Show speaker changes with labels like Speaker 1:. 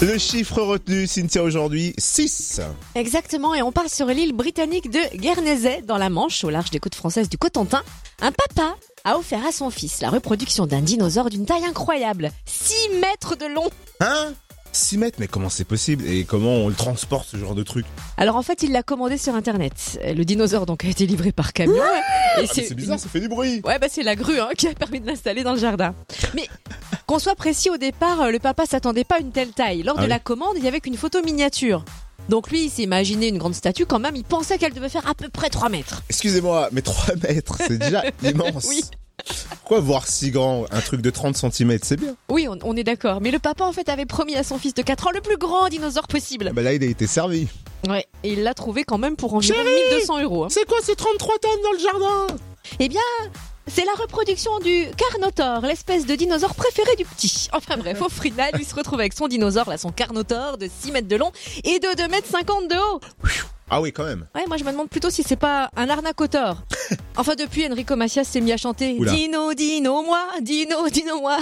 Speaker 1: Le chiffre retenu, Cynthia, aujourd'hui, 6.
Speaker 2: Exactement, et on parle sur l'île britannique de Guernesey, dans la Manche, au large des côtes françaises du Cotentin. Un papa a offert à son fils la reproduction d'un dinosaure d'une taille incroyable, 6 mètres de long.
Speaker 1: Hein 6 mètres, mais comment c'est possible Et comment on le transporte, ce genre de truc Ah,
Speaker 2: Alors en fait, il l'a commandé sur Internet. Euh, Le dinosaure donc a été livré par camion. hein, et
Speaker 1: Ah, mais C'est bizarre, ça fait du bruit.
Speaker 2: Ouais, bah c'est la grue hein, qui a permis de l'installer dans le jardin. Mais qu'on soit précis au départ, euh, le papa s'attendait pas à une telle taille. Lors
Speaker 1: Ah
Speaker 2: de
Speaker 1: oui.
Speaker 2: la commande, il y avait qu'une photo miniature. Donc lui, il s'est imaginé une grande statue quand même, il pensait qu'elle devait faire à peu près 3 mètres.
Speaker 1: Excusez-moi, mais 3 mètres, c'est déjà immense.
Speaker 2: Oui.
Speaker 1: Pourquoi voir si grand Un truc de 30 cm, c'est bien.
Speaker 2: Oui, on, on est d'accord. Mais le papa, en fait, avait promis à son fils de 4 ans le plus grand dinosaure
Speaker 1: Ah
Speaker 2: possible.
Speaker 1: Bah là, il a été servi.
Speaker 2: Ouais, et il l'a trouvé quand même pour environ 1200 euros. hein.
Speaker 1: C'est quoi ces 33 tonnes dans le jardin
Speaker 2: Eh bien, c'est la reproduction du Carnotaure, l'espèce de dinosaure préféré du petit. Enfin bref, au final, il se retrouve avec son dinosaure, là, son Carnotaure de 6 mètres de long et de 2 mètres 50 de haut.
Speaker 1: Ah oui, quand même.
Speaker 2: Ouais, moi je me demande plutôt si c'est pas un arnacoteur. Enfin, depuis, Enrico Macias s'est mis à chanter
Speaker 1: Oula.
Speaker 2: Dino, dino, moi, dino, dino, moi.